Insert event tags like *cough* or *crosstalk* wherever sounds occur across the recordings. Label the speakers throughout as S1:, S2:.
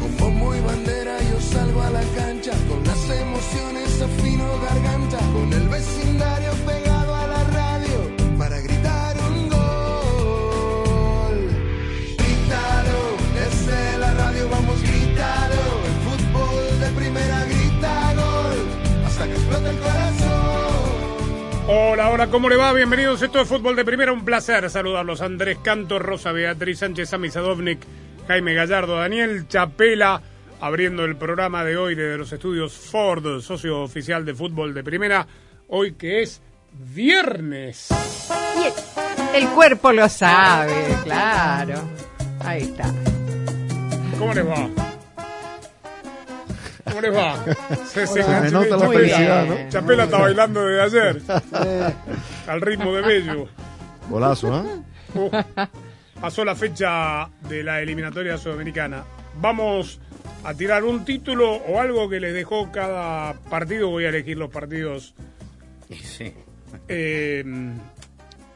S1: Con bombo y bandera yo salgo a la cancha, con las emociones afino garganta, con el vecindario pegado a la radio para gritar un gol. Grítalo, desde la radio vamos grítalo, el fútbol de primera grita gol, hasta que explota el corazón.
S2: Hola, hola, ¿cómo le va? Bienvenidos, esto es Fútbol de Primera, un placer saludarlos. Andrés Canto, Rosa Beatriz Sánchez, Sami Sadovnik, Jaime Gallardo, Daniel Chapela, abriendo el programa de hoy desde los estudios Ford, socio oficial de Fútbol de Primera, hoy que es viernes.
S3: Y el cuerpo lo sabe, claro. Ahí está.
S2: ¿Cómo les va? ¿Cómo les va? Se, se-
S4: Se me nota la
S3: Muy
S4: felicidad,
S3: bien.
S4: ¿no?
S2: Chapela está bailando
S4: *laughs*
S2: desde ayer, al ritmo de Bello.
S4: Golazo, ¿eh?
S2: Uh, pasó la fecha de la eliminatoria sudamericana. Vamos a tirar un título o algo que les dejó cada partido. Voy a elegir los partidos.
S5: Sí.
S2: Eh,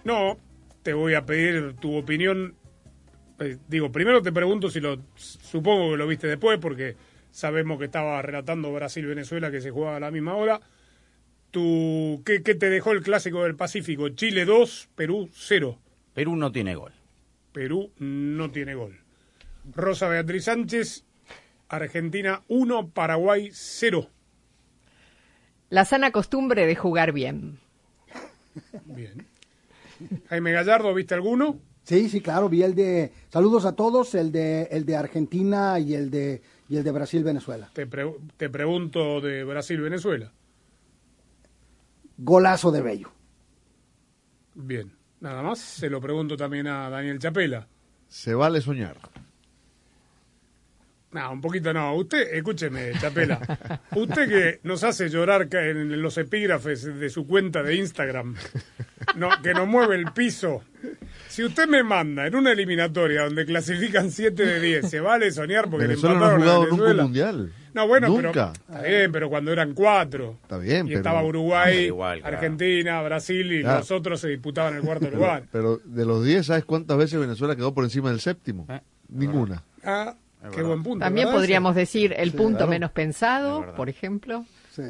S2: no, te voy a pedir tu opinión. Eh, digo, primero te pregunto si lo. Supongo que lo viste después, porque sabemos que estaba relatando Brasil-Venezuela que se jugaba a la misma hora. Tu, ¿qué, ¿Qué te dejó el clásico del Pacífico? Chile 2, Perú 0.
S5: Perú no tiene gol.
S2: Perú no tiene gol. Rosa Beatriz Sánchez, Argentina 1, Paraguay 0.
S3: La sana costumbre de jugar bien.
S2: Bien. Jaime Gallardo, ¿viste alguno?
S6: Sí, sí, claro, vi el de saludos a todos, el de el de Argentina y el de y el de Brasil Venezuela.
S2: Te, pre- te pregunto de Brasil-Venezuela.
S6: Golazo de Bello.
S2: Bien. Nada más, se lo pregunto también a Daniel Chapela.
S4: Se vale soñar.
S2: No, un poquito no. Usted, escúcheme,
S4: *laughs*
S2: Chapela. Usted que nos hace llorar ca- en los epígrafes de su cuenta de Instagram, no, que nos mueve el piso. Si usted me manda en una eliminatoria donde clasifican 7 de 10, ¿se vale soñar porque
S4: Venezuela
S2: le
S4: no ha
S2: empataron a
S4: jugado nunca un
S2: Venezuela?
S4: mundial.
S2: No, bueno,
S4: nunca.
S2: pero está bien, pero cuando eran cuatro.
S4: Está bien,
S2: y
S4: pero-
S2: estaba Uruguay,
S5: Ah, igual, claro.
S2: Argentina, Brasil y
S4: Claro.
S2: los otros se disputaban el cuarto lugar.
S4: Pero de los 10, ¿sabes cuántas veces Venezuela quedó por encima del séptimo?
S5: Eh,
S4: Ninguna.
S2: Ah, qué buen punto.
S3: También
S2: ¿verdad?
S3: podríamos decir el punto
S4: claro.
S3: menos
S5: Es
S3: pensado,
S5: verdad.
S3: por ejemplo.
S6: Sí.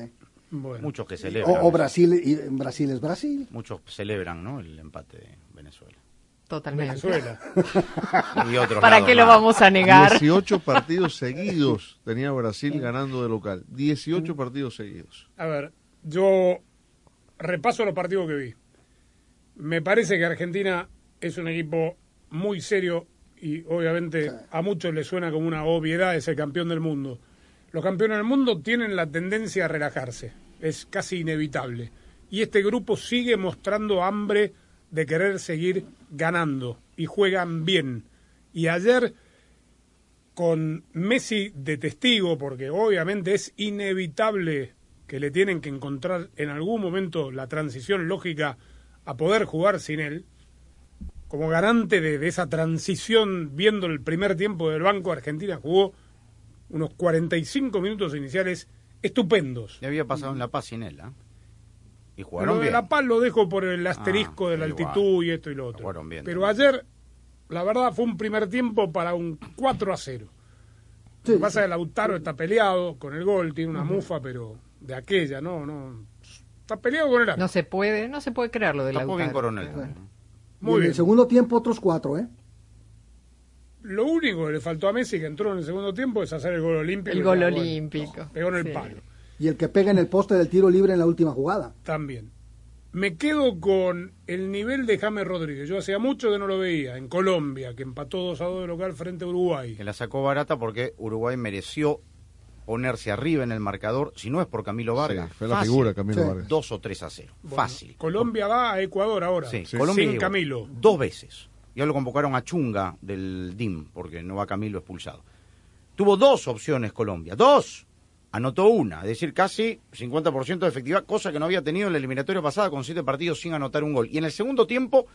S2: Bueno.
S5: Muchos que
S6: O,
S5: celebran.
S6: o Brasil y Brasil es Brasil.
S5: Muchos celebran, ¿no? El empate de
S3: *laughs*
S5: Venezuela.
S3: Totalmente.
S2: Venezuela.
S5: Y otros
S3: ¿Para
S5: lados
S3: qué lo
S5: más.
S3: vamos a negar? *laughs*
S4: 18 partidos seguidos tenía Brasil ganando de local.
S3: Mm.
S4: 18 partidos seguidos.
S2: A ver, yo repaso los partidos que vi. Me parece que Argentina es un equipo muy serio y obviamente a muchos les suena como una obviedad, es el campeón del mundo. Los campeones del mundo tienen la tendencia a relajarse, es casi inevitable. Y este grupo sigue mostrando hambre de querer seguir ganando y juegan bien. Y ayer con Messi de testigo, porque obviamente es inevitable que le tienen que encontrar en algún momento la transición lógica a poder jugar sin él, como garante de, de esa transición, viendo el primer tiempo del Banco Argentina, jugó unos 45 minutos iniciales estupendos.
S5: Le había pasado en La Paz sin él, ¿ah? Y jugaron
S2: Lo de
S5: bien.
S2: La Paz lo dejo por el asterisco
S5: Ah,
S2: de la
S5: igual.
S2: altitud y esto y lo otro.
S5: Jugaron bien
S2: Pero
S5: también.
S2: ayer, la verdad, fue un primer tiempo para un 4 a 0.
S6: Sí,
S2: Lo que pasa es que Lautaro está peleado con el gol, tiene una mufa, pero de aquella, no, no. Está peleado con el arco.
S3: No se puede, no se puede creer lo de la
S5: Tapó bien Coronel. ¿no?
S6: y
S2: Muy
S6: en
S2: bien.
S6: el segundo tiempo otros cuatro, ¿eh?
S2: Lo único que le faltó a Messi que entró en el segundo tiempo es hacer el gol olímpico.
S3: El
S2: y
S3: gol
S2: la- bueno,
S3: olímpico.
S2: Pegó en el
S3: Sí.
S2: palo.
S6: Y el que pega en el poste del tiro libre en la última jugada.
S2: También. Me quedo con el nivel de James Rodríguez. Yo hacía mucho que no lo veía. En Colombia, que empató 2 a 2 de local frente a Uruguay.
S5: Que la sacó barata porque Uruguay mereció ponerse arriba en el marcador, si no es por Camilo Vargas.
S4: Sí, fue la
S5: fácil,
S4: figura, Camilo
S6: Sí.
S4: Vargas.
S5: Dos o tres a cero.
S2: Bueno,
S5: fácil.
S2: Colombia va a Ecuador ahora.
S5: Sí, Colombia
S2: Colombia sin
S5: llegó
S2: Camilo.
S5: Dos veces. Ya lo convocaron a Chunga del DIM, porque no va Camilo expulsado. Tuvo dos opciones Colombia, dos. Anotó una, es decir, casi 50% de efectividad, cosa que no había tenido en la eliminatoria pasada con siete partidos sin anotar un gol. Y en el segundo tiempo,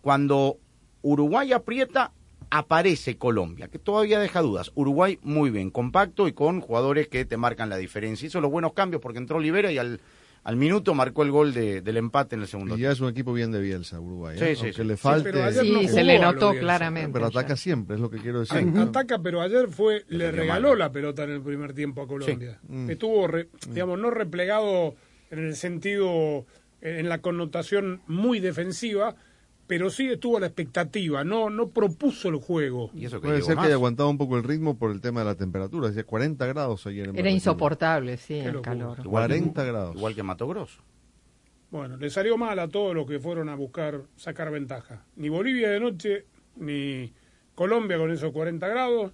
S5: cuando Uruguay aprieta, aparece Colombia, que todavía deja dudas. Uruguay muy bien, compacto y con jugadores que te marcan la diferencia. Hizo los buenos cambios porque entró Libera y al, al minuto marcó el gol de- del empate en el segundo
S4: Y ya es un equipo bien de Bielsa, Uruguay. ¿eh?
S5: Sí, sí,
S4: Aunque
S5: sí.
S4: le
S2: Sí, pero
S4: falte.
S2: ayer
S3: Sí,
S2: no
S3: se le
S2: jugó a lo
S3: notó
S2: Bielsa.
S3: claramente.
S4: pero ataca
S3: ya.
S4: siempre, es lo que quiero decir.
S2: A- Ataca, pero ayer fue le
S5: dio mal.
S2: regaló la pelota en el primer tiempo a Colombia.
S5: Mm.
S2: Estuvo, re- digamos, no replegado en el sentido, eh, en la connotación muy defensiva, pero sí estuvo a la expectativa, no, no propuso el juego.
S5: Y eso que
S4: Puede
S5: llegó
S4: ser que
S5: más.
S4: haya aguantado un poco el ritmo por el tema de la temperatura. Decía 40 grados ayer. en
S3: Era
S4: Barranquilla.
S3: insoportable, sí, el
S2: locura.
S3: calor.
S4: 40 grados.
S5: Igual que Mato Grosso.
S2: Bueno, le salió mal a todos los que fueron a buscar sacar ventaja. Ni Bolivia de noche, ni Colombia con esos 40 grados,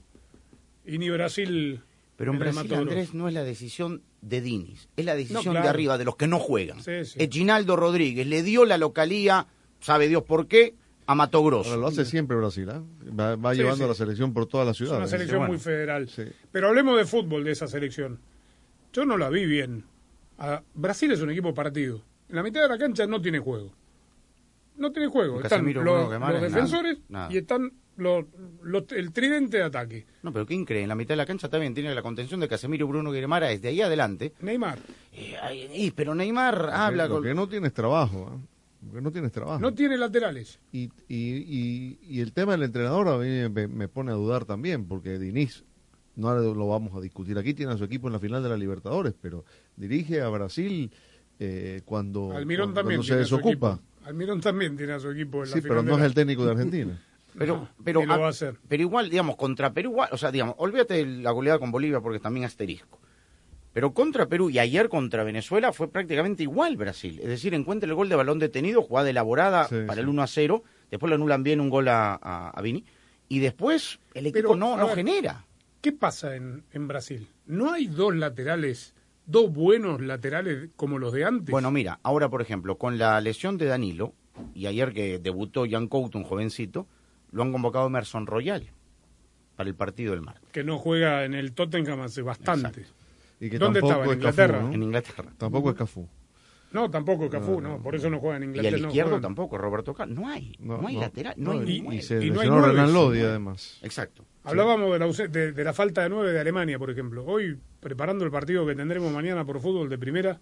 S2: y ni Brasil.
S5: Pero en
S2: el
S5: Brasil,
S2: Mato Grosso.
S5: Andrés, no es la decisión de Dinis, es la decisión
S2: claro.
S5: de arriba, de los que no juegan.
S2: Sí, sí.
S5: Eh, Ginaldo Rodríguez le dio la localía, sabe Dios por qué, a Mato
S4: Ahora
S5: Grosso.
S4: lo hace siempre Brasil, ¿ah? Va, va
S2: Sí,
S4: llevando
S2: sí.
S4: a la selección por toda la
S2: Es
S4: ciudad.
S2: una
S4: ¿eh?
S2: selección
S5: bueno.
S2: muy federal.
S4: Sí.
S2: Pero hablemos de fútbol de esa selección. Yo no la vi bien. A- Brasil es un equipo partido. En la mitad de la cancha no tiene juego. No tiene juego.
S5: Un
S2: Están
S5: Casemiro,
S2: los,
S5: Bruno Guimaraes,
S2: los
S5: nada,
S2: defensores
S5: nada.
S2: y están los, los- el tridente de ataque.
S5: No, pero ¿quién cree? En la mitad de la cancha también tiene la contención de Casemiro Bruno Guimara desde ahí adelante.
S2: Neymar.
S5: Eh, ay, y- pero Neymar
S4: Porque
S5: habla
S4: lo
S5: con...
S4: que no tienes trabajo, ¿ah? Porque no tienes trabajo.
S2: No tiene laterales.
S4: Y, y, y, y el tema del entrenador a mí me, me pone a dudar también, porque Diniz, no lo lo vamos a discutir aquí, tiene a su equipo en la final de la Libertadores, pero dirige a Brasil eh, cuando,
S2: Almirón
S4: cuando-
S2: también
S4: cuando se
S2: tiene a su
S4: desocupa.
S2: equipo. Almirón también tiene a su equipo en la
S4: Sí, pero
S2: final
S4: no
S2: de
S4: es
S2: la-
S4: el técnico
S2: *laughs*
S4: de Argentina.
S5: Pero, pero,
S2: y lo
S5: ah,
S2: va a hacer.
S5: pero igual, digamos, contra Perú, igual, o sea, digamos, olvídate de la goleada con Bolivia porque también asterisco. Pero contra Perú y ayer contra Venezuela fue prácticamente igual Brasil. Es decir, encuentra el gol de balón detenido, jugada elaborada
S4: Sí,
S5: para
S4: sí.
S5: el 1 a 0, después lo anulan bien un gol a, a, a Vini, y después el equipo
S2: Pero,
S5: no,
S2: a
S5: no
S2: ver.
S5: genera.
S2: ¿Qué pasa en, en Brasil? ¿No hay dos laterales, dos buenos laterales como los de antes?
S5: Bueno, mira, ahora por ejemplo, con la lesión de Danilo, y ayer que debutó Jan Couto, un jovencito, lo han convocado Emerson Royal para el partido del martes
S2: que no juega en el Tottenham hace bastante.
S4: Y que
S2: ¿Dónde
S4: tampoco es
S2: estaba?
S4: Cafú,
S2: ¿En Inglaterra?
S4: ¿no?
S5: en Inglaterra.
S4: Tampoco es Cafú.
S2: No, tampoco Cafú, no, por eso no juega en
S5: Y
S2: Inglaterra.
S5: al
S2: no
S5: izquierdo
S2: juega.
S5: tampoco, Roberto Carlos. No hay, no, hay lateral, no,
S4: no,
S5: hay
S4: y-
S5: nueve.
S4: Y se
S2: Y no hay
S4: lesionó
S2: nueve,
S4: Renan
S2: sí.
S4: Lodi, además.
S5: Exacto.
S2: Hablábamos de la, ausen- de, de la falta de nueve de Alemania, por ejemplo. Hoy, preparando el partido que tendremos mañana por fútbol de primera,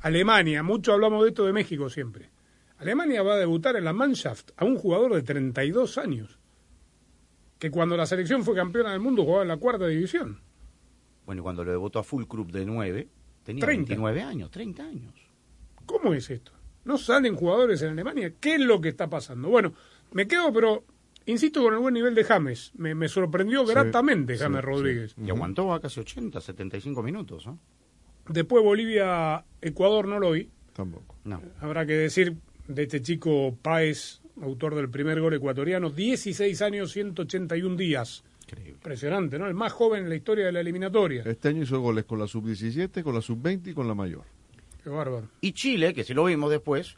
S2: Alemania, mucho hablamos de esto de México siempre. Alemania va a debutar en la Mannschaft a un jugador de 32 años, que cuando la selección fue campeona del mundo jugaba en la cuarta división.
S5: Bueno, y cuando lo debutó a Full Club de 9, tenía
S2: 30.
S5: 29 años, 30 años.
S2: ¿Cómo es esto? No salen jugadores en Alemania. ¿Qué es lo que está pasando? Bueno, me quedo, pero insisto con el buen nivel de James. Me, me sorprendió gratamente James Rodríguez.
S5: Y aguantó a casi 80, 75 minutos, ¿no?
S2: Después Bolivia, Ecuador no lo vi.
S4: Tampoco.
S5: No.
S2: Habrá que decir de este chico Páez, autor del primer gol ecuatoriano, 16 años, 181 días.
S5: Increíble.
S2: Impresionante, ¿no? El más joven en la historia de la eliminatoria.
S4: Este año hizo goles con la sub-17, con la sub-20 y con la mayor.
S2: Qué bárbaro.
S5: Y Chile, que si lo vimos después,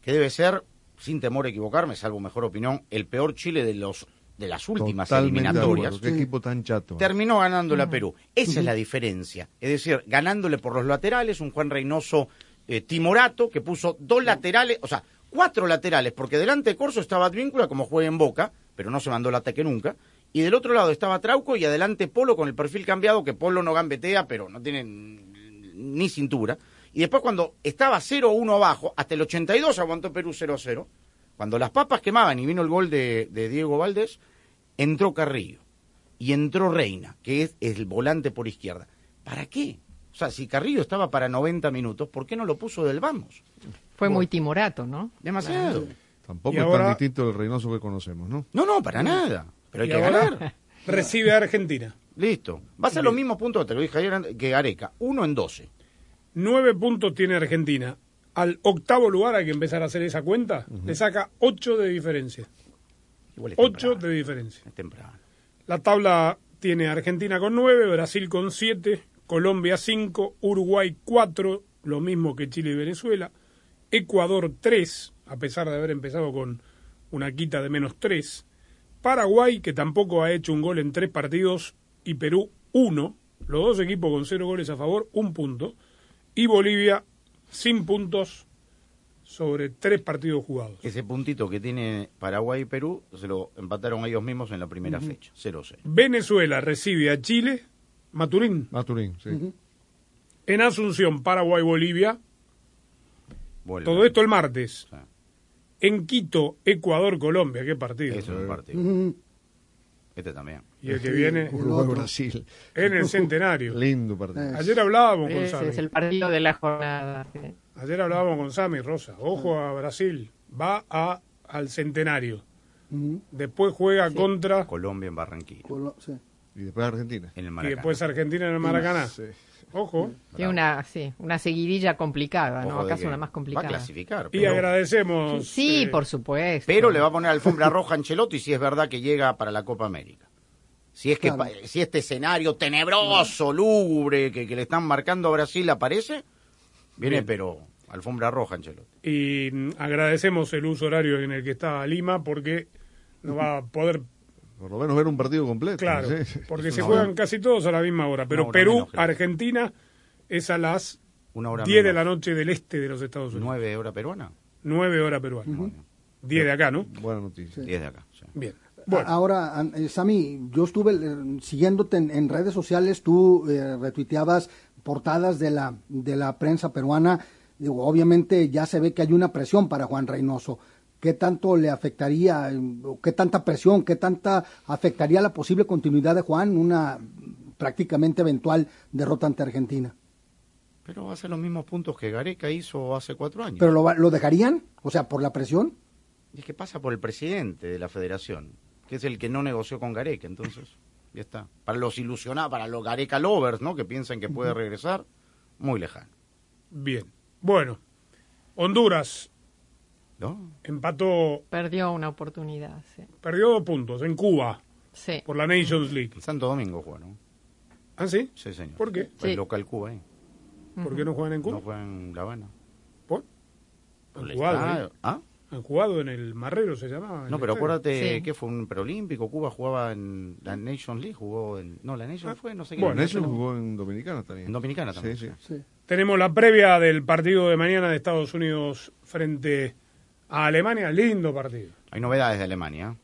S5: que debe ser, sin temor a equivocarme, salvo mejor opinión, el peor Chile de los de las últimas
S4: Totalmente de
S5: eliminatorias.
S4: acuerdo. Qué equipo tan chato.
S5: Terminó ganándole a Perú. Esa es la diferencia. Es decir, ganándole por los laterales, un Juan Reynoso eh, timorato que puso dos laterales, o sea, cuatro laterales, porque delante de Corso estaba Advíncula como juega en Boca, pero no se mandó el ataque nunca. Y del otro lado estaba Trauco y adelante Polo con el perfil cambiado, que Polo no gambetea, pero no tiene ni cintura. Y después cuando estaba 0-1 abajo, hasta el 82 aguantó Perú 0-0. Cuando las papas quemaban y vino el gol de, de Diego Valdés, entró Carrillo y entró Reina, que es el volante por izquierda. ¿Para qué? O sea, si Carrillo estaba para 90 minutos, ¿por qué no lo puso del Vamos?
S3: Fue muy timorato, ¿no?
S5: Demasiado.
S4: Tampoco
S2: Y
S4: es
S2: ahora-
S4: tan distinto del Reynoso que conocemos, ¿no?
S5: No, no, para nada. Pero hay
S2: Mm. Y
S5: que
S2: ahora
S5: ganar.
S2: Recibe a Argentina.
S5: Listo. Va a ser los mismos puntos, te lo dije ayer, an- que Areca. Uno en 12.
S2: Nueve puntos tiene Argentina. Al octavo lugar hay que empezar a hacer esa cuenta. Le saca ocho de diferencia.
S5: Igual es
S2: Ocho de
S5: temprano.
S2: diferencia.
S5: Es temprano.
S2: La tabla tiene Argentina con nueve, Brasil con siete, Colombia cinco, Uruguay cuatro, lo mismo que Chile y Venezuela, Ecuador tres, a pesar de haber empezado con una quita de menos tres, Paraguay, que tampoco ha hecho un gol en tres partidos, y Perú 1, los dos equipos con cero goles a favor, un punto, y Bolivia sin puntos sobre tres partidos jugados.
S5: Ese puntito que tiene Paraguay y Perú se lo empataron a ellos mismos en la primera fecha, 0-0.
S2: Venezuela recibe a Chile, Maturín,
S4: Maturín, sí.
S2: en Asunción, Paraguay, Bolivia,
S5: Vuelve.
S2: todo esto el martes.
S5: Ah.
S2: En Quito, Ecuador, Colombia, qué partido.
S5: Eso es un partido.
S6: Ujú.
S5: Este también.
S2: Y el que viene
S4: Uruguay,
S6: otro.
S4: Brasil.
S2: en
S5: *laughs*
S2: el centenario.
S4: Lindo partido.
S6: Eh.
S2: Ayer hablábamos con
S3: Ese
S2: Sami.
S3: es el partido de la jornada. sí.
S2: Ayer hablábamos con Sami Rosa. Ojo a Brasil. Va a, al centenario.
S6: Ujú.
S2: Después juega contra.
S5: Colombia en Barranquilla,
S6: Colo- mm, sí.
S4: Y después Argentina.
S5: en el
S2: Y
S5: Maracaná.
S2: después Argentina en el Maracaná. Ojo.
S3: Tiene una, sí, una seguidilla complicada, Ah, ¿no?
S5: Ojo de
S3: Acá es
S5: que
S3: una más
S5: Va a
S3: complicada.
S5: clasificar.
S2: Y
S5: pero-
S2: agradecemos.
S3: Sí,
S2: eh,
S3: por supuesto.
S5: Pero le va a poner alfombra roja a Ancelotti si es verdad que llega para la Copa América. Si es que
S6: Claro.
S5: pa- si este escenario tenebroso, lúgubre que, que le están marcando a Brasil aparece, viene pero alfombra roja Ancelotti.
S2: Y mm, agradecemos el uso horario en el que está Lima porque
S5: *laughs*
S2: no va a poder.
S4: Por lo menos ver un partido completo.
S2: Claro.
S4: no sé.
S2: Porque
S5: Es
S2: se
S5: una
S2: juegan
S5: hora.
S2: casi todos a la misma hora. Pero
S5: Una hora
S2: Perú,
S5: menos, creo.
S2: Argentina es a las
S5: Una hora
S2: 10 de
S5: menos.
S2: la noche del este de los Estados Unidos.
S5: nueve hora peruana.
S2: 9 horas peruanas. 10 de acá, ¿no?
S4: Buena noticia.
S5: Diez de acá. sí.
S2: Bien. Bueno.
S5: Ah,
S6: Ahora, an- eh, Sami, yo estuve eh, siguiéndote en, en redes sociales, tú eh, retuiteabas portadas de la, de la prensa peruana. Digo, obviamente ya se ve que hay una presión para Juan Reynoso. ¿Qué tanto le afectaría, eh, o qué tanta presión, qué tanta afectaría la posible continuidad de Juan, una mm, prácticamente eventual derrota ante Argentina?
S5: Pero va a ser los mismos puntos que Gareca hizo hace cuatro años.
S6: ¿Pero lo, va- lo dejarían? O sea, por la presión.
S5: Y es que pasa por el presidente de la federación, que es el que no negoció con Gareca, entonces, ya está. Para los ilusionados, para los Gareca lovers, ¿no? Que piensan que puede regresar, muy lejano,
S2: Bien. Bueno, Honduras
S5: ¿no?
S2: empató,
S3: Perdió una oportunidad, sí.
S2: perdió dos puntos en Cuba
S3: Sí.
S2: por la Nations League.
S5: En Santo Domingo juega, ¿no?
S2: ¿Ah, sí?
S5: Sí, señor.
S2: ¿Por qué?
S5: El
S3: Sí.
S5: local Cuba, ¿eh?
S2: ¿Por qué no juegan en Cuba?
S5: No juega en La Habana.
S2: ¿Por?
S5: Por
S2: Han
S5: el
S2: jugado,
S5: estadio.
S2: ¿eh?
S5: ¿Ah?
S2: Han jugado en el Marrero, se llamaba.
S5: No, pero acuérdate
S3: Sí.
S5: que fue un preolímpico. Cuba jugaba en la Nation League, jugó en. No, la Nation fue, no sé qué.
S4: Bueno,
S5: No,
S4: eso
S5: pero-
S4: jugó en Dominicana también.
S5: En Dominicana también.
S4: Sí, sí.
S6: Sí.
S2: Tenemos la previa del partido de mañana de Estados Unidos frente a Alemania. Lindo partido.
S5: Hay novedades de Alemania.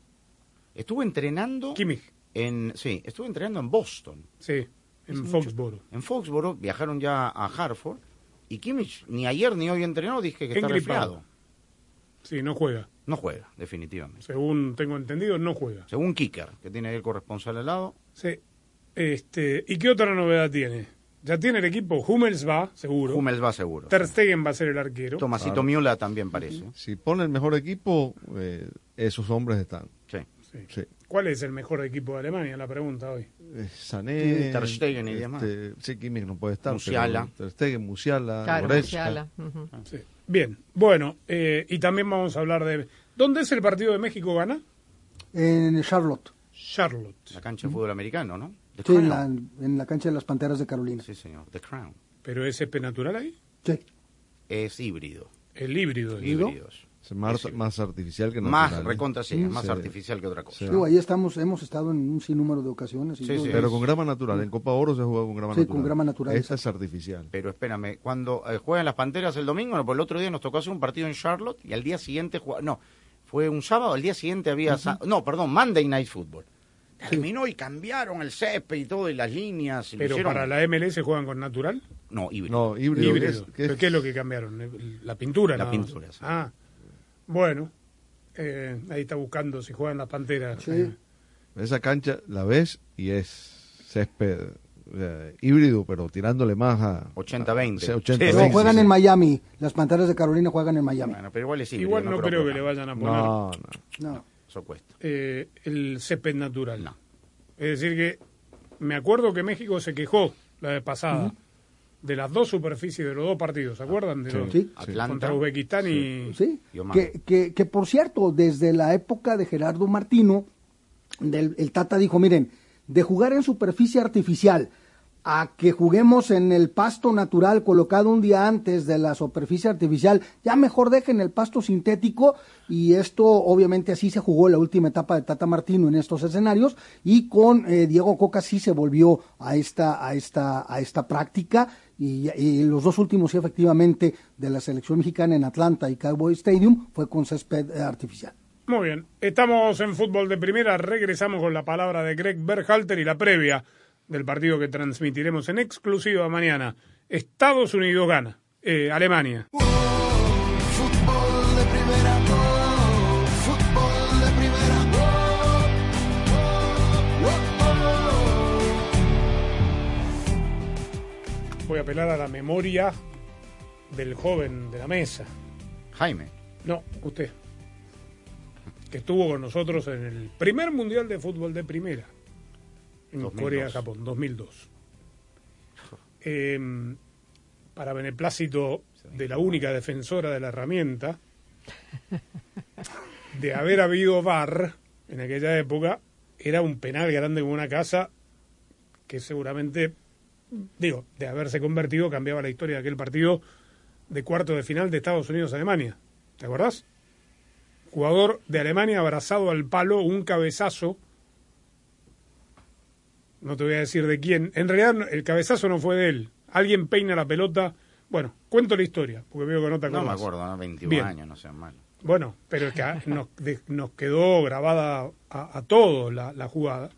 S5: Estuvo entrenando.
S2: Kimmich,
S5: En, sí, estuvo entrenando en Boston.
S2: sí, en Foxboro.
S5: En Foxborough viajaron ya a Hartford. Y Kimmich ni ayer ni hoy entrenó, dije que está
S2: Engripado.
S5: resfriado.
S2: Sí, no juega.
S5: No juega, definitivamente.
S2: Según tengo entendido, no juega.
S5: Según Kicker, que tiene ahí el corresponsal al lado,
S2: Sí. Este, ¿Y qué otra novedad tiene? Ya tiene el equipo. Hummels va, seguro.
S5: Hummels va seguro.
S2: Ter Stegen va a ser el arquero.
S5: Tomasito Miola también parece.
S4: Si pone el mejor equipo, eh, esos hombres están.
S5: Sí.
S2: Sí.
S4: Sí.
S2: ¿Cuál es el mejor equipo de Alemania? La pregunta hoy.
S4: Eh, Sané,
S5: Ter Stegen y demás.
S4: este, sí, Kimmich no puede estar.
S5: Musiala.
S4: pero Ter Stegen, Musiala,
S3: Claro,
S4: Goretzka.
S3: Musiala, ujú.
S2: Sí. Bien, bueno, eh, y también vamos a hablar de... ¿Dónde es el partido de México gana?
S6: En Charlotte,
S2: Charlotte.
S5: La cancha de fútbol americano, ¿no? The
S6: sí, en, la,
S5: Crown.
S6: en la cancha de las Panteras de Carolina.
S5: Sí, señor. The Crown.
S2: ¿Pero es césped natural ahí?
S6: Sí.
S5: Es híbrido.
S2: El híbrido. ¿eh?
S5: Híbridos.
S4: Es más, más artificial que
S5: Más
S4: natural, ¿eh?
S5: recontra, sí, es más
S4: Sí.
S5: artificial que otra cosa.
S4: Sí.
S6: Digo, ahí estamos, hemos estado en un sinnúmero de ocasiones. y
S5: Sí,
S6: yo-
S5: sí.
S4: Pero con grama natural. En Copa Oro se juega con grama
S6: Sí, con
S4: natural.
S6: grama natural,
S4: Esta es artificial.
S5: Pero espérame, cuando eh, juegan las Panteras el domingo, no, por el otro día nos tocó hacer un partido en Charlotte y al día siguiente jugaba, no, fue un sábado, al día siguiente había, sa- no, perdón, Monday Night Football. Terminó y cambiaron el césped y todo, y las líneas. y lo
S2: ¿Pero
S5: hicieron-
S2: para la MLS juegan con natural?
S5: No, híbrido.
S4: No, híbrido.
S2: Híbrido.
S4: es- que
S2: ¿Pero ¿Qué es lo que cambiaron? La pintura.
S5: La
S2: nada más.
S5: pintura, sí.
S2: Ah, bueno. Eh, ahí está buscando si juegan las Panteras.
S6: Sí.
S2: Eh,
S4: Esa cancha la ves y es césped eh, híbrido, pero tirándole más a...
S5: 80-20.
S4: a- sí,
S5: Sí,
S6: No,
S4: 80-20.
S6: juegan
S4: sí.
S6: en Miami. Las Panteras de Carolina juegan en Miami.
S5: Bueno, pero igual es híbrido.
S2: Igual no, creo que le
S5: hagan.
S2: vayan a poner
S4: No, no.
S6: No.
S5: Eso cuesta.
S2: eh, el césped natural.
S5: No.
S2: Es decir que me acuerdo que México se quejó la vez pasada de las dos superficies de los dos partidos, ¿se acuerdan? De los-
S6: Sí.
S5: Atlanta.
S2: Contra Uzbekistán y...
S6: Sí.
S5: Yo mando.
S6: Que, que, que, por cierto, desde la época de Gerardo Martino, del, el Tata dijo, miren, de jugar en superficie artificial a que juguemos en el pasto natural colocado un día antes de la superficie artificial, ya mejor dejen el pasto sintético y esto obviamente así se jugó la última etapa de Tata Martino en estos escenarios y con eh, Diego Coca sí se volvió a esta a esta a esta práctica y, y los dos últimos sí, efectivamente de la selección mexicana en Atlanta y Cowboy Stadium fue con césped eh, artificial.
S2: Muy bien, estamos en fútbol de primera, regresamos con la palabra de Greg Berhalter y la previa del partido que transmitiremos en exclusiva mañana. Estados Unidos gana, eh, Alemania.
S1: Oh, fútbol de primera, oh, fútbol de primera, oh, oh,
S2: Voy a apelar a la memoria del joven de la mesa.
S5: Jaime.
S2: No, usted. Que estuvo con nosotros en el primer mundial de fútbol de primera. En
S5: 2002.
S2: Corea-Japón, 2002. Eh, para beneplácito de la única defensora de la herramienta, de haber habido VAR en aquella época, era un penal grande como una casa que seguramente, digo, de haberse convertido cambiaba la historia de aquel partido de cuarto de final de Estados Unidos-Alemania. ¿Te acordás? Jugador de Alemania abrazado al palo, un cabezazo. No te voy a decir de quién. En realidad no- el cabezazo no fue de él. Alguien peina la pelota. Bueno, cuento la historia, porque veo que no te
S5: No me
S2: acordás.
S5: acuerdo, ¿no? 21
S2: Bien.
S5: años, no sean malos.
S2: Bueno, pero es que a- nos, de- nos quedó grabada a, a todos la, la jugada.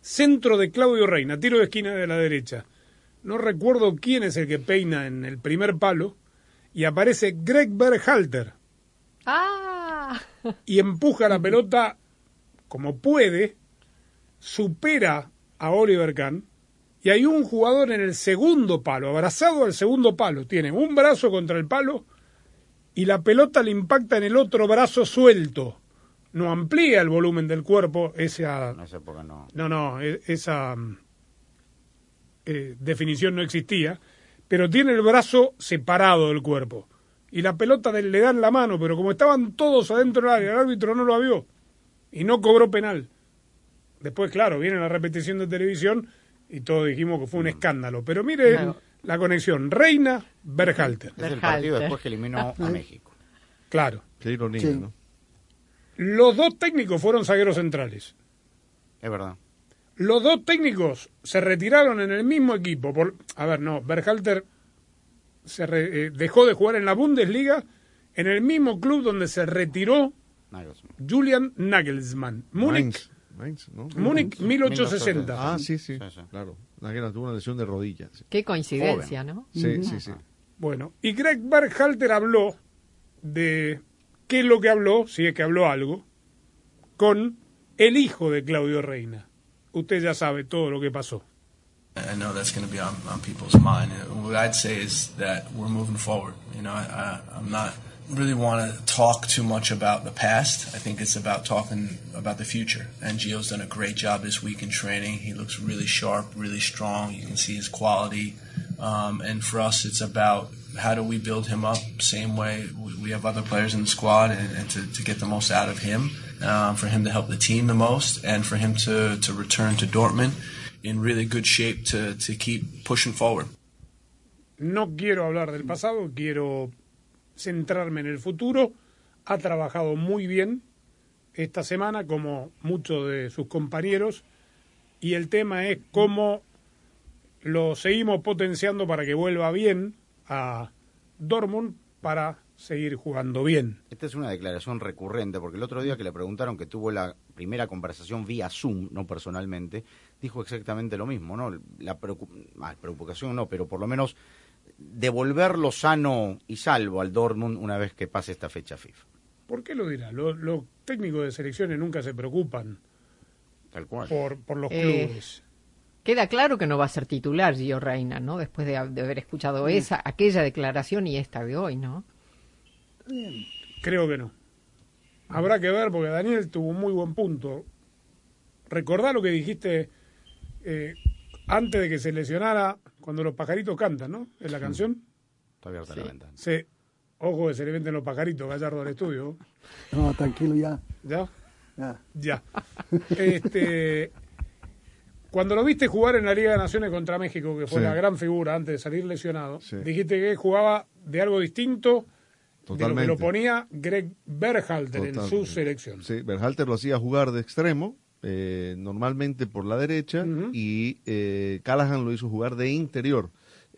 S2: Centro de Claudio Reina, tiro de esquina de la derecha. No recuerdo quién es el que peina en el primer palo y aparece Greg Berhalter
S3: Ah,
S2: y empuja la pelota como puede, supera a Oliver Kahn y hay un jugador en el segundo palo, abrazado al segundo palo, tiene un brazo contra el palo y la pelota le impacta en el otro brazo suelto. No amplía el volumen del cuerpo esa
S5: No sé por qué no.
S2: no, no, e- esa mm, eh, definición no existía, pero tiene el brazo separado del cuerpo. Y la pelota de- le dan la mano, pero como estaban todos adentro del área, el árbitro no lo vio y no cobró penal. Después, claro, viene la repetición de televisión y todos dijimos que fue un escándalo. Pero mire
S3: Claro.
S2: la conexión, Reina Berhalter.
S5: Es el
S3: Berhalter.
S5: partido después que eliminó
S2: *laughs*
S5: a México.
S2: Claro.
S4: Qué ironía,
S6: Sí.
S4: ¿no?
S2: Los dos técnicos fueron zagueros centrales.
S5: Es verdad.
S2: Los dos técnicos se retiraron en el mismo equipo. Por, a ver, no, Berhalter se re- eh, dejó de jugar en la Bundesliga en el mismo club donde se retiró
S5: Nagelsmann.
S2: Julian Nagelsmann. Múnich,
S4: Mainz, Mainz, ¿no?
S2: Múnich 1860.
S4: Ah, sí, sí,
S5: Sí, sí.
S4: claro. Nagela tuvo una lesión de rodilla. Sí,
S3: qué coincidencia, ¿no?
S4: sí, sí. sí.
S2: Bueno, y Greg Berhalter habló de qué es lo que habló, si es que habló algo, con el hijo de Claudio Reina. Usted ya sabe todo lo que pasó.
S7: I know that's going to be on, on people's mind. And What I'd say is that we're moving forward. You know, I, I, I'm not really want to talk too much about the past. I think it's about talking about the future. And Gio's done a great job this week in training. He looks really sharp, really strong. You can see his quality. Um, and for us, it's about how do we build him up same way we- we have other players in the squad and, and to, to get the most out of him, um, for him to help the team the most, and for him to, to return to Dortmund in really good shape to, to keep pushing forward.
S2: No quiero hablar del pasado, quiero centrarme en el futuro. Ha trabajado muy bien esta semana, como muchos de sus compañeros, y el tema es cómo lo seguimos potenciando para que vuelva bien a Dortmund para seguir jugando bien.
S5: Esta es una declaración recurrente, porque el otro día que le preguntaron que tuvo la primera conversación vía Zoom, no personalmente, dijo exactamente lo mismo, ¿no? La preocu- ah, preocupación no, pero por lo menos devolverlo sano y salvo al Dortmund una vez que pase esta fecha FIFA.
S2: ¿Por qué lo dirá? Lo- Los, técnicos de selecciones nunca se preocupan
S5: Tal cual.
S2: por, por los
S3: Eh,
S2: clubes.
S3: Queda claro que no va a ser titular Gio Reina, ¿no? Después de, de haber escuchado esa, aquella declaración y esta de hoy, ¿no?
S2: Creo que no. Habrá que ver porque Daniel tuvo un muy buen punto. Recordá lo que dijiste eh, antes de que se lesionara cuando los pajaritos cantan, ¿no? En la canción.
S5: Está abierta la ventana.
S2: Se, ojo que se le venden los pajaritos, Gallardo al estudio.
S6: No,
S2: *laughs*
S6: tranquilo ya.
S2: ¿Ya?
S6: ya.
S2: Ya. Este, Cuando lo viste jugar en la Liga de Naciones contra México, que fue
S4: Sí.
S2: la gran figura antes de salir lesionado,
S4: Sí.
S2: dijiste que jugaba de algo distinto de
S4: Totalmente.
S2: lo que lo ponía Greg Berhalter en su
S4: Totalmente.
S2: selección.
S4: Sí, Berhalter lo hacía jugar de extremo, eh, normalmente por la derecha, y eh, Callahan lo hizo jugar de interior.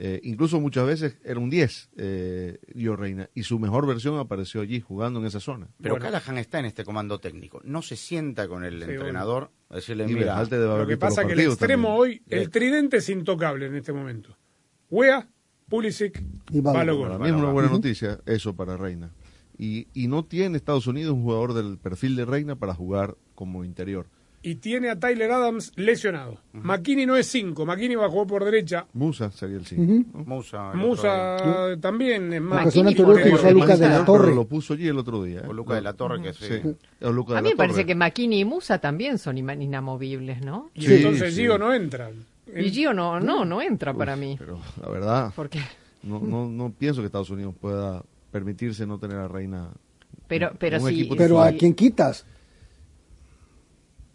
S4: Eh, incluso muchas veces era un 10, eh, Gio Reina, y su mejor versión apareció allí jugando en esa zona.
S5: Pero
S2: Bueno.
S5: Callahan está en este comando técnico. No se sienta con el
S2: Sí,
S5: entrenador a decirle,
S4: Y
S5: Eh, mira, Eh,
S4: Berhalter debe haber
S2: Lo que
S4: visto los
S2: pasa que el
S4: partidos
S2: extremo
S4: también.
S2: hoy, el tridente es intocable en este momento. Wea, Pulisic,
S6: Y Balogun.
S4: Para
S2: Balogun.
S4: mí es una buena noticia eso para Reina. Y, y no tiene Estados Unidos un jugador del perfil de Reina para jugar como interior.
S2: Y tiene a Tyler Adams lesionado. McKinney no es 5, McKinney va a jugar por derecha.
S4: Musa sería el 5.
S5: Musa. el otro día.
S2: Musa también es más.
S3: Porque son
S2: interior.
S3: anteriores
S6: Fue Lucas de la Torre.
S4: Lo puso allí el otro día. ¿eh?
S5: O Lucas de la Torre, que sí.
S4: O Lucas
S3: A
S4: de
S3: mí
S4: la
S3: me parece
S4: Torre.
S3: que Makini y Musa también son ima- inamovibles, ¿no?
S2: Y
S4: Sí,
S2: entonces
S4: sí.
S2: Gio no entra.
S3: Y Gio no, no, no entra para
S4: Uf,
S3: mí.
S4: Pero la verdad,
S3: Porque,
S4: no, no, no pienso que Estados Unidos pueda permitirse no tener a Reina.
S3: pero, pero
S4: Un
S3: si,
S4: equipo
S6: Pero a
S4: Sí.
S6: quién quitas.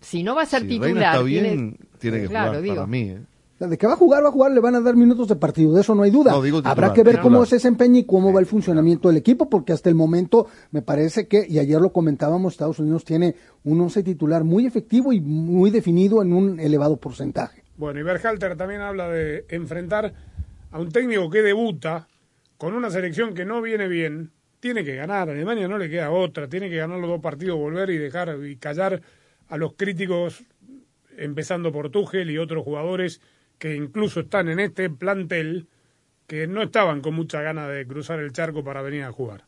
S3: si no va a ser
S4: Si Reina
S3: titular,
S4: está bien, tiene, que
S3: claro,
S4: jugar
S3: digo,
S4: para mí. ¿eh?
S6: O sea, De que va a jugar, va a jugar, le van a dar minutos de partido, de eso no hay duda.
S4: No, digo titular,
S6: Habrá que ver
S4: titular.
S6: cómo se desempeña y cómo va el funcionamiento del equipo, porque hasta el momento me parece que, y ayer lo comentábamos, Estados Unidos tiene un once titular muy efectivo y muy definido en un elevado porcentaje.
S2: Bueno, y Berhalter también habla de enfrentar a un técnico que debuta con una selección que no viene bien. Tiene que ganar. A Alemania no le queda otra. Tiene que ganar los dos partidos, volver y dejar y callar a los críticos, empezando por Tuchel y otros jugadores que incluso están en este plantel que no estaban con mucha ganas de cruzar el charco para venir a jugar.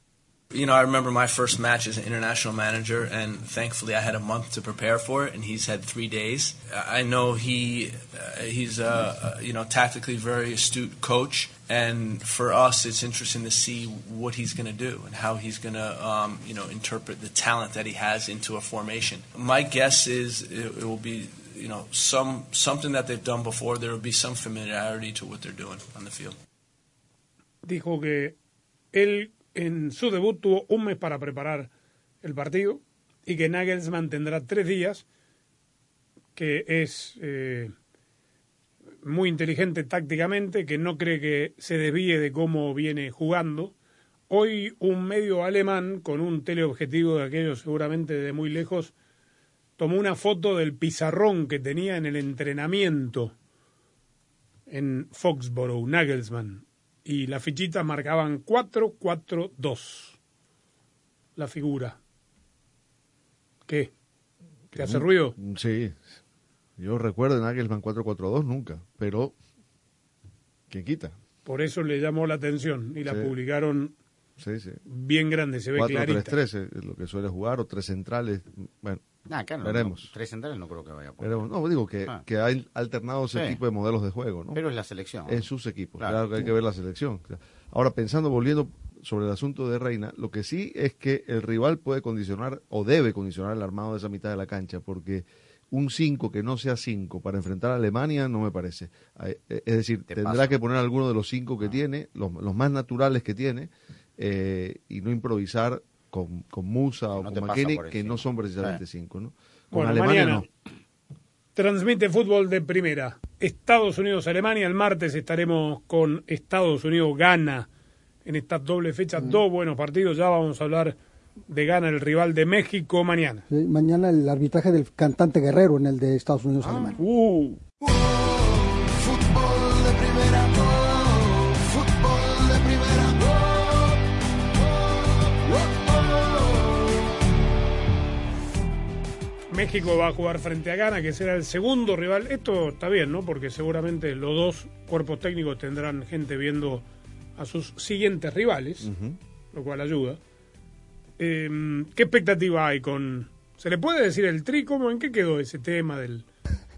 S7: You know, I remember my first match as an international manager, and thankfully I had a month to prepare for it, and he's had three days. I I know he uh, he's a uh, you know tactically very astute coach, and for us it's interesting to see what he's going to do and how he's going to um, you know interpret the talent that he has into a formation. My guess is it, it will be you know some something that they've done before. There will be some familiarity to what they're doing on the field.
S2: dijo que él en su debut tuvo un mes para preparar el partido y que Nagelsmann tendrá tres días, que es eh, muy inteligente tácticamente, que no cree que se desvíe de cómo viene jugando. Hoy un medio alemán con un teleobjetivo de aquellos seguramente de muy lejos tomó una foto del pizarrón que tenía en el entrenamiento en Foxborough, Nagelsmann, y las fichitas marcaban 4-4-2. La figura. ¿Qué? ¿Te hace ruido?
S4: Sí. Yo recuerdo en Nagelsmann 4-4-2 nunca, pero ¿quién quita?
S2: Por eso le llamó la atención y la
S4: Sí.
S2: publicaron
S4: Sí, sí.
S2: bien grande, se ve clarita.
S4: 4-3-3 es lo que suele jugar, o tres centrales. Bueno,
S5: Nah, acá no-
S4: Veremos.
S5: Tres centrales no creo que vaya a poner.
S4: veremos. no, digo que,
S5: Ah.
S4: que ha alternado ese
S5: Sí.
S4: tipo de modelos de juego, ¿no?
S5: Pero es la selección.
S4: en sus equipos.
S5: Claro.
S4: Claro, que hay que ver la selección. Ahora, pensando, volviendo sobre el asunto de Reina, lo que sí es que el rival puede condicionar o debe condicionar el armado de esa mitad de la cancha, porque un 5 que no sea 5 para enfrentar a Alemania no me parece. Ay, eh, Es decir,
S5: Te Ah.
S4: tendrá
S5: paso.
S4: que poner alguno de los 5 que tiene, los, los más naturales que tiene, eh, y no improvisar con, con Musa o
S5: No te
S4: con
S5: pasa
S4: McKinney,
S5: por
S4: que
S5: encima. Eh.
S4: no son precisamente 5, ¿no? Con
S2: Bueno,
S4: Alemania
S2: mañana transmite fútbol de primera. Estados Unidos-Alemania. El martes estaremos con Estados Unidos-Gana en esta doble fecha.
S4: Mm.
S2: Dos buenos partidos. Ya vamos a hablar de Gana, el rival de México, mañana.
S6: Sí, Mañana el arbitraje del cantante guerrero en el de Estados Unidos Alemania.
S2: Uh.
S1: Fútbol de primera, oh, fútbol de primera, oh,
S2: México va a jugar frente a Ghana, que será el segundo rival. Esto está bien, ¿no? Porque seguramente los dos cuerpos técnicos tendrán gente viendo a sus siguientes rivales, lo cual ayuda. Eh, ¿Qué expectativa hay con... ¿Se le puede decir el tri? ¿Cómo? ¿En qué quedó ese tema del...?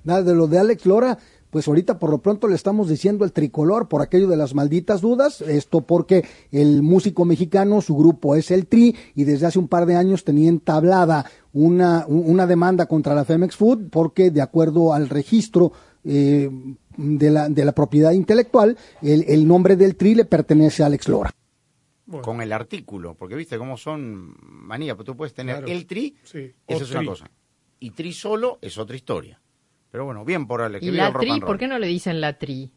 S6: Nada de lo de Alex Lora, pues ahorita por lo pronto le estamos diciendo el tricolor por aquello de las malditas dudas, esto porque el músico mexicano, su grupo es el Tri y desde hace un par de años tenía entablada una, u- una demanda contra la Femex Food porque de acuerdo al registro eh, de, la, de la propiedad intelectual, el, el nombre del Tri le pertenece a Alex Lora.
S2: Bueno,
S5: Con el artículo, porque viste cómo son manías. pues Tú puedes tener
S2: Claro.
S5: el tri,
S2: Sí, o
S5: esa es una
S2: tri.
S5: cosa. Y tri solo es otra historia. Pero bueno, bien por Ale, que
S3: Y
S5: viva
S3: la
S5: el rock
S3: tri,
S5: and roll.
S3: ¿por qué no le dicen la tri?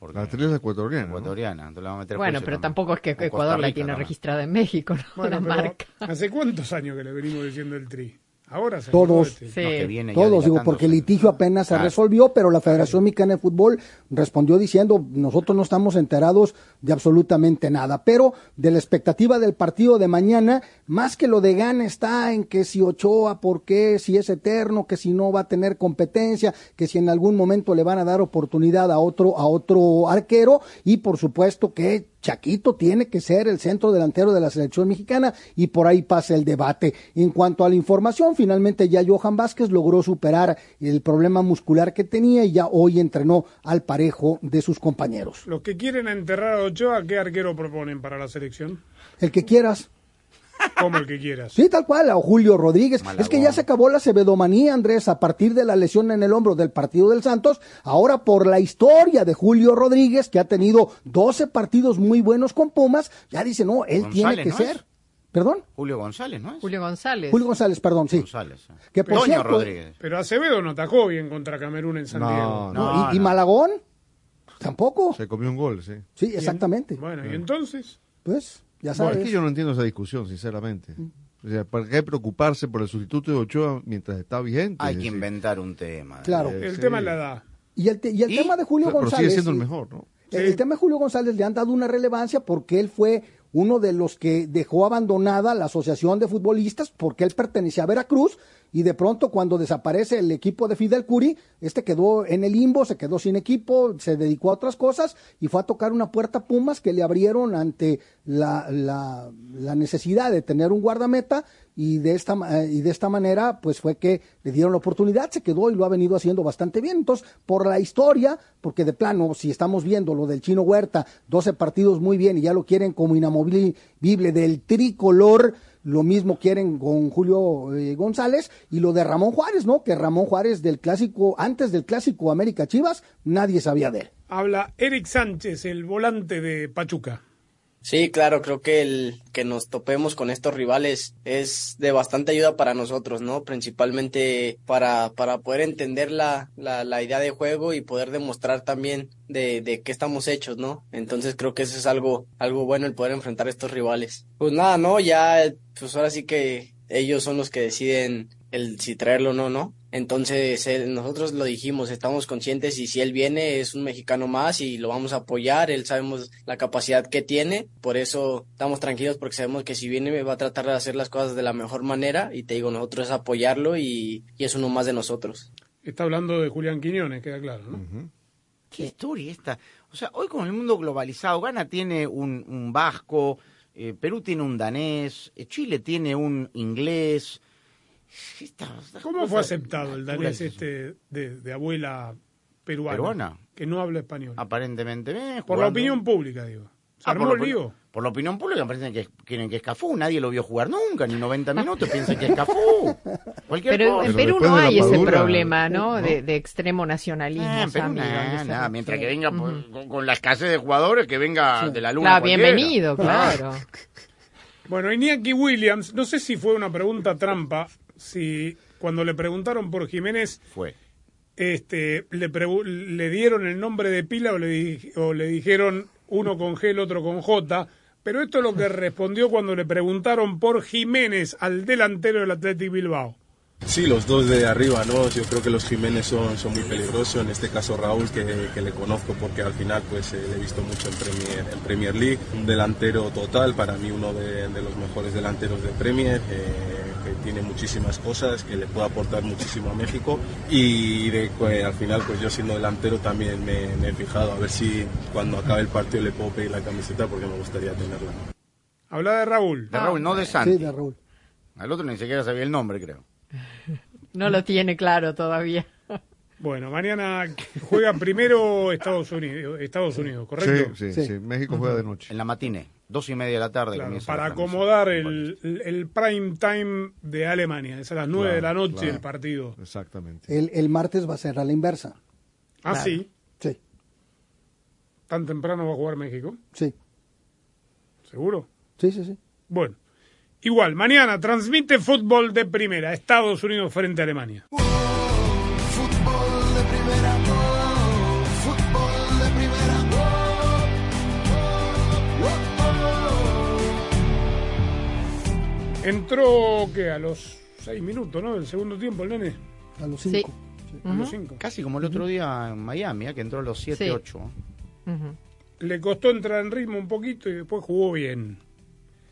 S5: Porque
S4: La actriz es ecuatoriana. ¿no?
S5: ecuatoriana, entonces la van a meter
S3: Bueno,
S5: preso
S3: pero
S5: también.
S3: tampoco es que
S5: O Costa
S3: Ecuador la
S5: Rica,
S3: tiene
S5: nada más.
S3: registrada en México, ¿no?
S2: Bueno,
S3: Una
S2: pero
S3: marca.
S2: ¿Hace cuántos años que le venimos diciendo el tri? Ahora se
S6: Todos.
S2: acabó este. el tri.
S3: Sí.
S5: No, que viene ya
S6: Todos, digo,
S5: dilatándose.
S6: porque el litigio apenas se
S5: Claro.
S6: resolvió, pero la Federación Mexicana de Fútbol respondió diciendo, nosotros no estamos enterados de absolutamente nada, pero de la expectativa del partido de mañana, más que lo de gana está en que si Ochoa, por qué, si es eterno, que si no va a tener competencia, que si en algún momento le van a dar oportunidad a otro, a otro arquero, y por supuesto que Chaquito tiene que ser el centro delantero de la selección mexicana y por ahí pasa el debate. En cuanto a la información, finalmente ya Johan Vázquez logró superar el problema muscular que tenía y ya hoy entrenó al parejo de sus compañeros.
S2: Los que quieren enterrar a Ochoa, ¿qué arquero proponen para la selección?
S6: El que quieras.
S2: Como el que quieras.
S6: Sí, tal cual, o Julio Rodríguez.
S5: Malagón.
S6: Es que ya se acabó la cebedomanía, Andrés, a partir de la lesión en el hombro del partido del Santos. Ahora, por la historia de Julio Rodríguez, que ha tenido 12 partidos muy buenos con Pumas, ya dice, no, él tiene
S5: González,
S6: que
S5: ¿no
S6: ser.
S5: es?
S6: ¿Perdón?
S5: Julio González, ¿no es?
S3: Julio González.
S6: Julio González, perdón, sí.
S5: González. eh.
S6: Que por
S5: Toño
S6: cierto-
S5: Rodríguez.
S2: Pero Acevedo no atacó bien contra Camerún en San
S4: Ah, No,
S2: Diego.
S6: No,
S5: No,
S6: y, y
S5: no.
S6: Malagón Pues tampoco.
S4: Se comió un gol, sí.
S6: Sí, exactamente.
S2: Bueno,
S5: Ah.
S2: ¿y entonces?
S6: Pues, ya
S4: No,
S6: sabes. Mm.
S4: es que yo no entiendo esa discusión, sinceramente. O sea, ¿para qué preocuparse por el sustituto de Ochoa mientras está vigente?
S5: Hay
S4: Es
S5: que
S4: decir,
S5: inventar un tema. eh.
S6: Claro.
S4: Eh,
S2: El
S4: sí.
S2: tema es la edad.
S6: Y el, te- y el
S5: ¿Y?
S6: tema de Julio
S4: Pero sigue
S6: González.
S4: siendo el
S6: sí.
S4: mejor, ¿no?
S6: El, el tema de Julio González le han dado una relevancia porque él fue uno de los que dejó abandonada la asociación de futbolistas porque él pertenecía a Veracruz y de pronto cuando desaparece el equipo de Fidel Curi, este quedó en el limbo, se quedó sin equipo, se dedicó a otras cosas y fue a tocar una puerta a Pumas que le abrieron ante la, la- la necesidad de tener un guardameta y de esta ma- eh, y de esta manera pues fue que le dieron la oportunidad, se quedó y lo ha venido haciendo bastante bien. Entonces, por la historia, porque de plano, si estamos viendo lo del Chino Huerta, 12 partidos muy bien y ya lo quieren como inamovible del tricolor, lo mismo quieren con Julio eh, González y lo de Ramón Juárez, ¿no? Que Ramón Juárez del clásico, antes del clásico América Chivas, nadie sabía de él.
S2: Habla Eric Sánchez, el volante de Pachuca.
S8: Sí, claro, creo que el que nos topemos con estos rivales es de bastante ayuda para nosotros, ¿no? Principalmente para, para poder entender la, la, la idea de juego y poder demostrar también de, de qué estamos hechos, ¿no? Entonces creo que eso es algo, algo bueno el poder enfrentar a estos rivales. Pues nada, ¿no? Ya, pues ahora sí que ellos son los que deciden el si traerlo o no, ¿no? Entonces, él- nosotros lo dijimos, estamos conscientes y si él viene es un mexicano más y lo vamos a apoyar, él sabemos la capacidad que tiene, por eso estamos tranquilos porque sabemos que si viene va a tratar de hacer las cosas de la mejor manera y te digo, nosotros es apoyarlo y, y es uno más de nosotros.
S2: Está hablando de Julián Quiñones, queda claro, ¿no?
S5: Qué historia esta. O sea, hoy con el mundo globalizado, Ghana tiene un, un vasco, eh, Perú tiene un danés, eh, Chile tiene un inglés. Esta- estas
S2: ¿Cómo
S5: cosas
S2: fue aceptado el danés
S5: naturales.
S2: este de, de abuela peruana,
S5: Peruana.
S2: Que no habla español.
S5: Aparentemente, bien,
S2: por la
S5: jugando.
S2: opinión pública, digo. ¿Se
S5: Ah,
S2: armó
S5: por,
S2: el
S5: la opini-
S2: lío?
S5: por la opinión pública parece que es- quieren que es Cafú, nadie lo vio jugar nunca, ni 90 minutos, piensa que es
S3: *laughs*
S5: Cafú. Cualquier
S3: Pero
S5: cosa.
S3: en
S4: Pero
S3: Perú
S4: después
S3: no
S4: de la
S3: hay ese
S4: madura,
S3: problema, ¿no?
S4: ¿no?
S3: De, de extremo
S5: Eh,
S3: nacionalismo.
S5: pero
S3: Sammy,
S5: nada,
S3: donde
S5: nada,
S3: se refiere.
S5: mientras que venga por-
S3: Ujú.
S5: con, con la escasez de jugadores, que venga de la luna.
S3: Claro,
S5: cualquiera.
S3: Ah, bienvenido, claro.
S2: Bueno, Iñaki Williams, no sé si fue una pregunta trampa, si cuando le preguntaron por Jiménez,
S5: Fue.
S2: este, le, pregu- le dieron el nombre de pila o le, di- o le dijeron uno con G, el otro con J. Pero esto es lo que respondió cuando le preguntaron por Jiménez al delantero del Athletic Bilbao.
S9: Sí, los dos de arriba, ¿no? Yo creo que los Jiménez son, son muy peligrosos, en este caso Raúl, que, que le conozco porque al final pues eh, le he visto mucho en Premier, en Premier League, un delantero total, para mí uno de, de los mejores delanteros de Premier, eh, que tiene muchísimas cosas, que le puede aportar muchísimo a México y de- pues, al final pues yo siendo delantero también me, me he fijado a ver si cuando acabe el partido le puedo pedir la camiseta porque me gustaría tenerla.
S2: Habla de Raúl.
S4: Ah.
S3: Ah,
S5: De Raúl, no de Santi.
S6: Sí, de Raúl.
S5: Al otro ni siquiera sabía el nombre, creo.
S3: No lo tiene claro todavía.
S2: Bueno, mañana juega primero Estados Unidos, Estados Unidos ¿correcto?
S4: Sí, sí,
S6: Sí.
S4: sí. México juega de noche.
S5: En la matine, dos y media de la tarde.
S2: Claro,
S5: comienza
S2: para
S5: la transmisión.
S2: acomodar el, el prime time de Alemania. Es a las 9 de la
S4: Claro,
S2: noche
S4: claro.
S2: el partido.
S4: Exactamente.
S6: El, el martes va a ser a la inversa.
S2: Ah, sí.
S6: Sí,
S2: Tan temprano va a jugar México,
S6: sí,
S2: seguro.
S6: sí, sí, sí.
S2: Bueno, igual, mañana transmite fútbol de primera, Estados Unidos frente a Alemania.
S1: Fútbol de
S2: Entró, ¿qué? A los seis minutos, ¿no? El segundo tiempo, el nene.
S6: A los cinco.
S2: A los cinco.
S5: Casi como el otro día en Miami, ¿eh? que entró a los 7,
S3: Sí.
S5: 8.
S3: Ujú,
S2: Le costó entrar en ritmo un poquito y después jugó bien.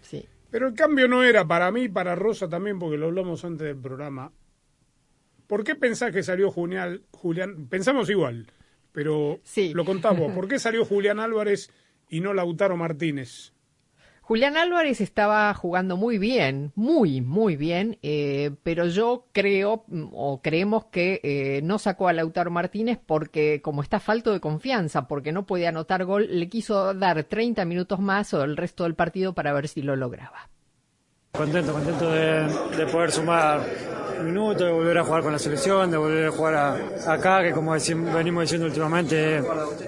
S3: Sí.
S2: Pero el cambio no era para mí, para Rosa también, porque lo hablamos antes del programa. ¿Por qué pensás que salió Julián, Julián? Pensamos igual, pero
S3: Sí.
S2: lo contamos. ¿Por qué salió Julián Álvarez y no Lautaro Martínez?
S3: Julián Álvarez estaba jugando muy bien, muy, muy bien, eh, pero yo creo mm, o creemos que eh, no sacó a Lautaro Martínez porque como está falto de confianza, porque no puede anotar gol, le quiso dar 30 minutos más o el resto del partido para ver si lo lograba.
S10: Contento, contento de, de poder sumar minutos, de volver a jugar con la selección, de volver a jugar a- acá, que como decim- venimos diciendo últimamente,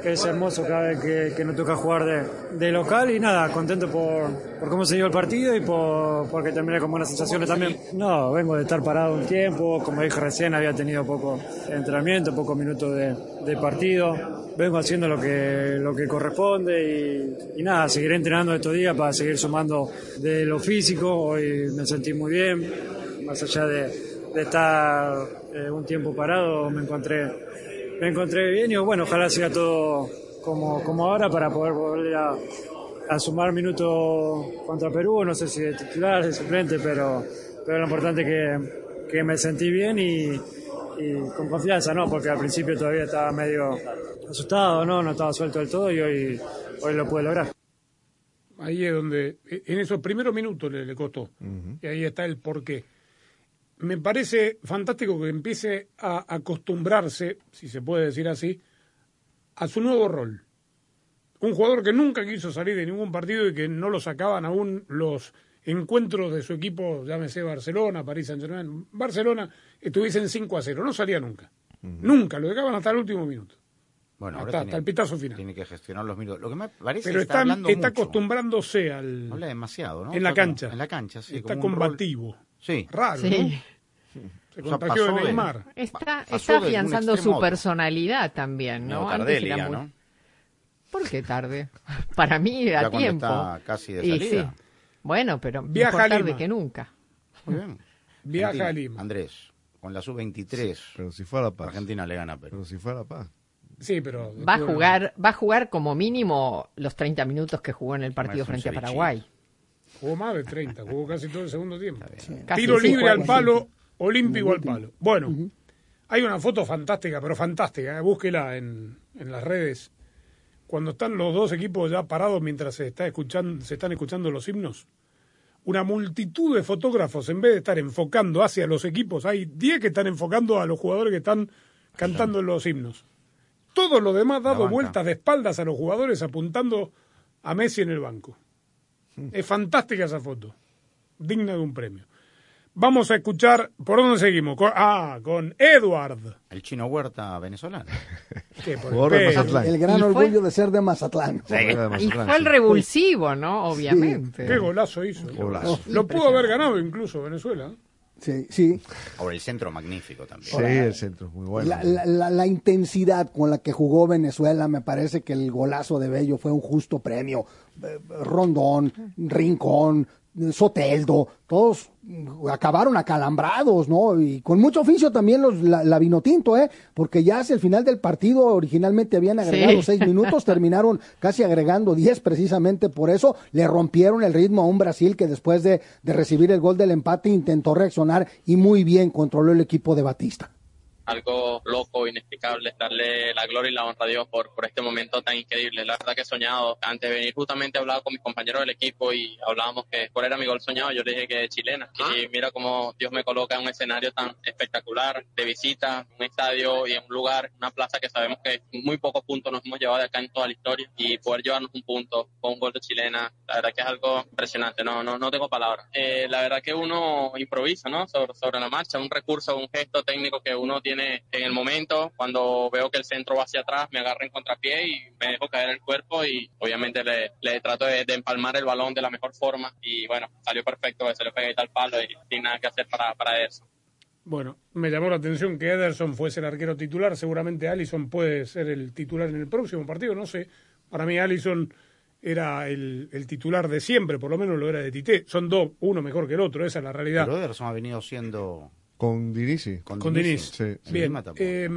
S10: es hermoso cada vez que, que nos toca jugar de, de local y nada, contento por, por cómo se dio el partido y por, porque terminé con buenas sensaciones también. No, vengo de estar parado un tiempo, como dije recién, había tenido poco entrenamiento, pocos minutos de, de partido, vengo haciendo lo que, lo que corresponde y, y nada, seguiré entrenando estos días para seguir sumando de lo físico. Hoy me sentí muy bien, más allá de, de estar eh, un tiempo parado, me encontré, me encontré bien y bueno, ojalá siga todo como, como ahora para poder volver a, a sumar minutos contra Perú, no sé si de titular, de suplente, pero, pero lo importante que, que me sentí bien y, y con confianza, ¿no? Porque al principio todavía estaba medio asustado, ¿no? No estaba suelto del todo y hoy, hoy lo pude lograr.
S2: Ahí es donde, e, en esos primeros minutos le, le costó. Y ahí está el porqué. Me parece fantástico que empiece a acostumbrarse, si se puede decir así, a su nuevo rol. Un jugador que nunca quiso salir de ningún partido y que no lo sacaban aún los encuentros de su equipo, llámese Barcelona, París Saint-Germain, Barcelona, estuviesen 5 a 0. No salía nunca. Nunca, lo dejaban hasta el último minuto.
S5: Bueno,
S2: Hasta- hasta el pitazo final.
S5: Tiene que gestionar los minutos. Lo que me parece
S2: Pero
S5: que está,
S2: está,
S5: hablando
S2: está
S5: mucho.
S2: acostumbrándose al...
S5: Habla demasiado, ¿no?
S2: en la
S5: Está como-
S2: cancha.
S5: En la cancha, sí.
S2: está
S5: como un rol-
S2: combativo.
S5: Sí.
S2: Raro, ¿no?
S3: Sí.
S2: Se
S5: *laughs* O sea,
S2: contagió
S5: pasó
S2: de
S5: de-
S2: Neymar.
S3: Está,
S5: Pasó
S3: está
S5: de un extremo
S3: afianzando
S5: a
S3: su
S5: otro.
S3: personalidad también,
S5: Medio
S3: ¿no? Antes
S5: Tardelli
S3: era
S5: ya,
S3: muy-
S5: ¿no?
S3: ¿Por qué tarde? Para mí
S5: Ya
S3: era
S5: cuando
S3: tiempo.
S5: está casi de
S3: Y
S5: salida.
S3: sí. Bueno, pero
S2: Viaja a
S3: mejor tarde
S2: Lima.
S3: que nunca.
S5: Muy bien.
S2: Viaja
S5: Argentina,
S2: a Lima.
S5: Andrés, con la sub-23,
S4: Pero si fuera paz.
S5: Argentina le gana a Perú.
S4: Pero si fuera paz.
S2: Sí, pero.
S3: Va a jugar, va a jugar como mínimo los 30 minutos que jugó en el partido
S5: Comerse un
S3: frente a
S5: cevichito.
S3: Paraguay.
S2: Jugó más de 30, jugó casi todo el segundo tiempo.
S3: Casi,
S2: Tiro
S3: sí,
S2: libre
S3: juega
S2: al
S3: así.
S2: palo, olímpico al palo. Bueno, hay una foto fantástica, pero fantástica, eh, búsquela en, en las redes. Cuando están los dos equipos ya parados mientras se, está escuchando, se están escuchando los himnos, una multitud de fotógrafos, en vez de estar enfocando hacia los equipos, hay 10 que están enfocando a los jugadores que están cantando los himnos. Todos los demás dado
S5: banca.
S2: vueltas de espaldas a los jugadores apuntando a Messi en el banco. Es fantástica esa foto, digna de un premio. Vamos a escuchar, ¿por dónde seguimos? Con- ah, con Edward.
S5: El chino Huerta venezolano.
S2: que por el
S4: Jugador de
S2: pelo.
S4: Mazatlán.
S6: El gran
S3: Y fue-
S6: orgullo de ser de Mazatlán.
S4: Jugador de
S3: Y
S4: Mazatlán,
S3: fue el
S4: sí.
S3: revulsivo, ¿no? Obviamente.
S2: Qué golazo hizo.
S4: Golazo.
S2: Lo pudo haber ganado incluso Venezuela.
S6: Sí, sí.
S5: Ahora, el centro magnífico también.
S4: Sí, el centro es muy bueno.
S6: La, la- la- la intensidad con la que jugó Venezuela, me parece que el golazo de Bello fue un justo premio. Eh, Rondón, Rincón, Soteldo, todos mm, acabaron acalambrados, ¿no? Y con mucho oficio también los la, la Vinotinto, ¿eh? Porque ya hacia el final del partido originalmente habían
S3: Sí.
S6: agregado seis minutos, terminaron casi agregando diez precisamente por eso. Le rompieron el ritmo a un Brasil que después de, de recibir el gol del empate intentó reaccionar y muy bien controló el equipo de Batista.
S11: algo loco, inexplicable, darle la gloria y la honra a Dios por, por este momento tan increíble. La verdad que he soñado. Antes de venir justamente hablaba con mis compañeros del equipo y hablábamos que cuál era mi gol soñado. Yo le dije que chilena. Y mira cómo Dios me coloca en un escenario tan espectacular, de visita, un estadio y en un lugar, una plaza que sabemos que muy pocos puntos nos hemos llevado de acá en toda la historia y poder llevarnos un punto con un gol de chilena, la verdad que es algo impresionante, no, no, no tengo palabras. Eh, la verdad que uno improvisa, ¿no? Sobre, sobre la marcha, un recurso, un gesto técnico que uno tiene en el momento, cuando veo que el centro va hacia atrás, me agarra en contrapié y me dejo caer el cuerpo y obviamente le, le trato de, de empalmar el balón de la mejor forma y bueno, salió perfecto, se le pegué tal palo y sin nada que hacer para, para eso.
S2: Bueno, me llamó la atención que Ederson fuese el arquero titular. Seguramente Allison puede ser el titular en el próximo partido, no sé. Para mí Allison era el, el titular de siempre, por lo menos lo era de Tite. Son dos, uno mejor que el otro, esa es la realidad.
S5: Pero Ederson ha venido siendo.
S4: Con Dinisi.
S2: Con Diniz.
S4: Sí.
S2: Bien,
S5: Mata,
S2: eh,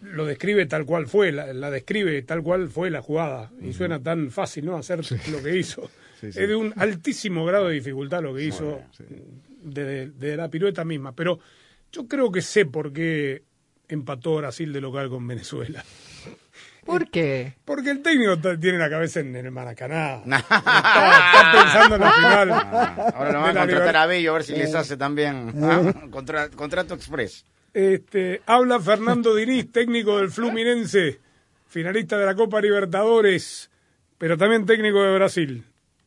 S2: lo describe tal cual fue, la, la describe tal cual fue la jugada. Y suena tan fácil, ¿no? Hacer lo que hizo.
S4: *laughs* Sí, sí.
S2: Es de un altísimo grado de dificultad lo que hizo desde, desde la pirueta misma. Pero yo creo que sé por qué empató Brasil de local con Venezuela. *laughs*
S3: ¿Por qué?
S2: Porque el técnico t- tiene la cabeza en
S5: *laughs*
S2: el Maracaná. Está pensando en la final.
S5: Ah,
S2: *laughs*
S5: Ahora lo van
S2: de
S5: a
S2: la
S5: contratar
S2: Liber-
S5: a Bello a ver si les hace también
S2: *laughs*
S5: ah, contra- contrato express.
S2: Este, habla Fernando Diniz, técnico del Fluminense, finalista de la Copa Libertadores, pero también técnico de Brasil.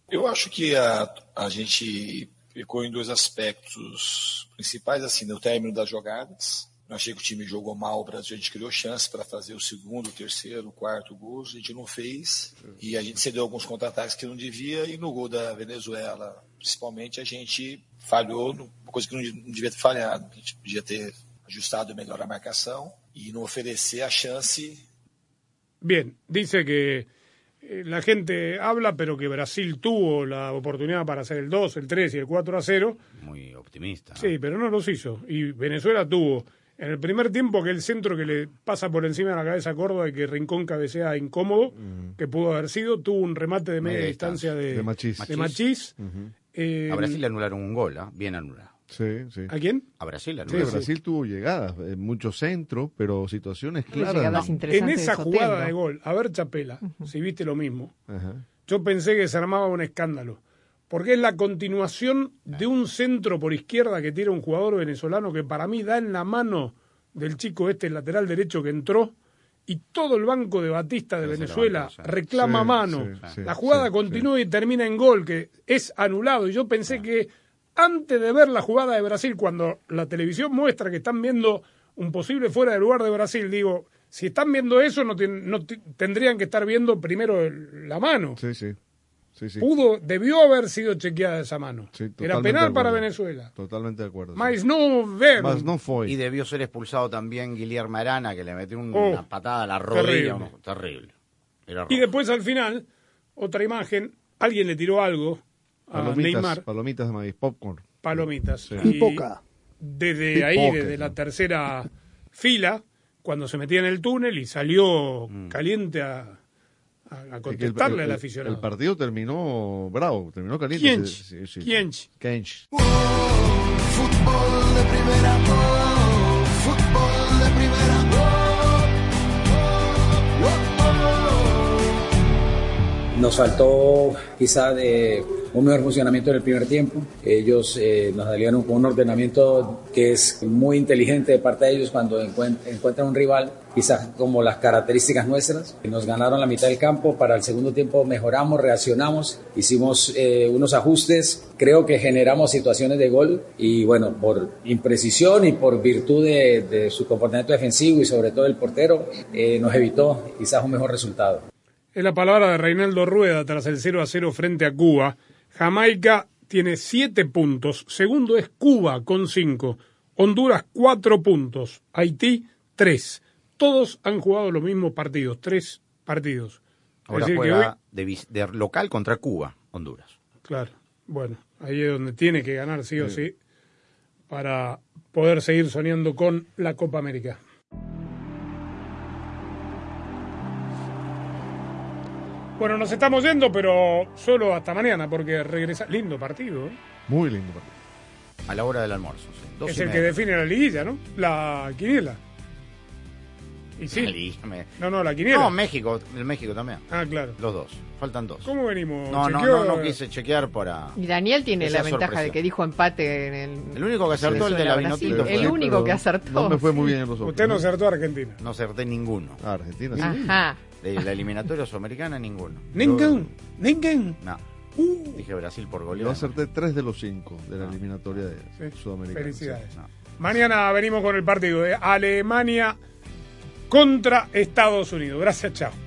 S12: Eu acho que a, a gente pecou em dois aspectos principais, assim, no término das jogadas. Eu achei que o time jogou mal, o Brasil, a gente criou chance para fazer o segundo, o terceiro, o quarto gols, a gente não fez. E a gente cedeu alguns contra-ataques que não devia, e no gol da Venezuela, principalmente, a gente falhou, uma coisa que não, não devia ter falhado. A gente podia ter ajustado melhor a marcação e não oferecer a chance
S2: Bien, dice que eh, la gente habla, pero que Brasil tuvo la oportunidad para hacer el 2, el 3 y el 4 a 0.
S5: Muy optimista.
S2: Sí, pero no los hizo. Y Venezuela tuvo en el primer tiempo que el centro que le pasa por encima de la cabeza a Córdoba y que Rincón cabecea incómodo, que pudo haber sido, tuvo un remate de media
S5: Media
S2: distancia de,
S4: De Machís.
S2: de Machís.
S4: Ujú.
S2: Eh,
S5: A Brasil le anularon un gol, ¿ah? bien anulado.
S4: Sí, sí.
S2: ¿A quién?
S5: A Brasil le
S4: Sí,
S5: anularon.
S4: Brasil tuvo llegadas, eh, muchos centros, pero situaciones
S3: Una llegada
S4: claras.
S3: sin-
S2: En
S3: Interesante
S2: esa
S3: de
S2: jugada
S3: Soteldo.
S2: de gol, a ver Chapela, si viste lo mismo,
S4: Ajá.
S2: yo pensé que se armaba un escándalo. Porque es la continuación de un centro por izquierda que tira un jugador venezolano que para mí da en la mano del chico este el lateral derecho que entró y todo el banco de Batista de
S5: Sí, se
S2: Venezuela
S5: levanta, sí.
S2: reclama
S4: Sí,
S2: mano.
S4: sí, sí,
S2: la
S4: sí,
S2: jugada
S4: sí.
S2: continúa y termina en gol que es anulado. Y yo pensé que antes de ver la jugada de Brasil, cuando la televisión muestra que están viendo un posible fuera de lugar de Brasil, digo, si están viendo eso no, tien- no ti- tendrían que estar viendo primero el- la mano
S4: Sí, sí. Sí, sí.
S2: pudo, debió haber sido chequeada esa mano.
S4: Sí,
S2: Era
S4: totalmente de
S2: penal
S4: acuerdo.
S2: para Venezuela.
S4: Totalmente de acuerdo. sí.
S2: Mas no ver.
S4: Mas
S2: *laughs*
S4: no fue.
S5: Y debió ser expulsado también Guillermo Arana, que le metió un-
S2: Oh,
S5: una patada a la rodilla.
S2: terrible.
S5: Terrible. terrible. Era rojo.
S2: Y después al final, otra imagen, alguien le tiró algo a
S4: Palomitas,
S2: Neymar,
S4: palomitas de maíz, popcorn.
S2: palomitas. Y
S6: Pipoca.
S2: Desde
S4: Pipoca,
S2: ahí, desde
S4: sí.
S2: la tercera fila, cuando se metía en el túnel y salió caliente a, a- a
S4: Mm. Es que el-
S2: contestarle
S4: el-
S2: al
S4: el-
S2: aficionado.
S4: El partido terminó bravo, terminó caliente.
S2: Kiench,
S4: Sí, sí, sí.
S2: Kiench.
S4: Kiench.
S1: Fútbol de primera, oh, fútbol de primera, oh, oh, oh.
S13: Nos faltó quizá de un mejor funcionamiento en el primer tiempo. Ellos eh, nos salieron con un ordenamiento que es muy inteligente de parte de ellos cuando encuent- encuentran un rival, quizás como las características nuestras. Nos ganaron la mitad del campo, para el segundo tiempo mejoramos, reaccionamos, hicimos eh, unos ajustes, creo que generamos situaciones de gol y bueno, por imprecisión y por virtud de, de su comportamiento defensivo y sobre todo el portero, eh, nos evitó quizás un mejor resultado.
S2: Es la palabra de Reinaldo Rueda tras el 0 a 0 frente a Cuba. Jamaica tiene 7 puntos. Segundo es Cuba con 5. Honduras 4 puntos. Haití 3. Todos han jugado los mismos partidos. 3 partidos. Es
S5: Ahora
S2: decir, que
S5: juega de, vis- de local contra Cuba, Honduras.
S2: hoy- claro. Bueno, ahí es donde tiene que ganar sí o sí para poder seguir soñando con la Copa América. Bueno, nos estamos yendo, pero solo hasta mañana porque regresa. Lindo partido. ¿eh?
S4: Muy lindo partido.
S5: A la hora del almuerzo. sí. Dos
S2: Es
S5: y
S2: el que
S5: media.
S2: define la liguilla, ¿no? La quiniela. Y
S5: La
S2: sí.
S5: liga, me-
S2: No, no, la quiniela.
S5: No, México, el México también.
S2: Ah, claro.
S5: Los dos. Faltan dos.
S2: ¿Cómo venimos?
S5: No, no,
S2: ¿Chequeó?
S5: no, no quise chequear para.
S3: Y Daniel tiene
S5: Esa
S3: la ventaja
S5: sorpresa.
S3: de que dijo empate en el...
S5: El único que acertó, el de la
S3: Venezuela,
S5: Vinotinto,
S3: Brasil.
S5: fue-
S3: El único que acertó.
S4: No me fue muy bien en los otros.
S2: Usted no
S4: ¿no?
S2: acertó a Argentina.
S5: No acerté ninguno.
S4: Ah, Argentina, sí.
S3: Ajá.
S5: De la eliminatoria sudamericana, ninguno.
S2: Ningún. Ningún.
S5: No.
S2: Uh.
S5: Dije Brasil por
S4: Yo
S5: goleada.
S4: acerté tres de los cinco de la eliminatoria de
S2: Ah. Sí.
S4: Sudamericana.
S2: Felicidades.
S5: No.
S2: Mañana venimos con el partido de Alemania contra Estados Unidos. Gracias, chao.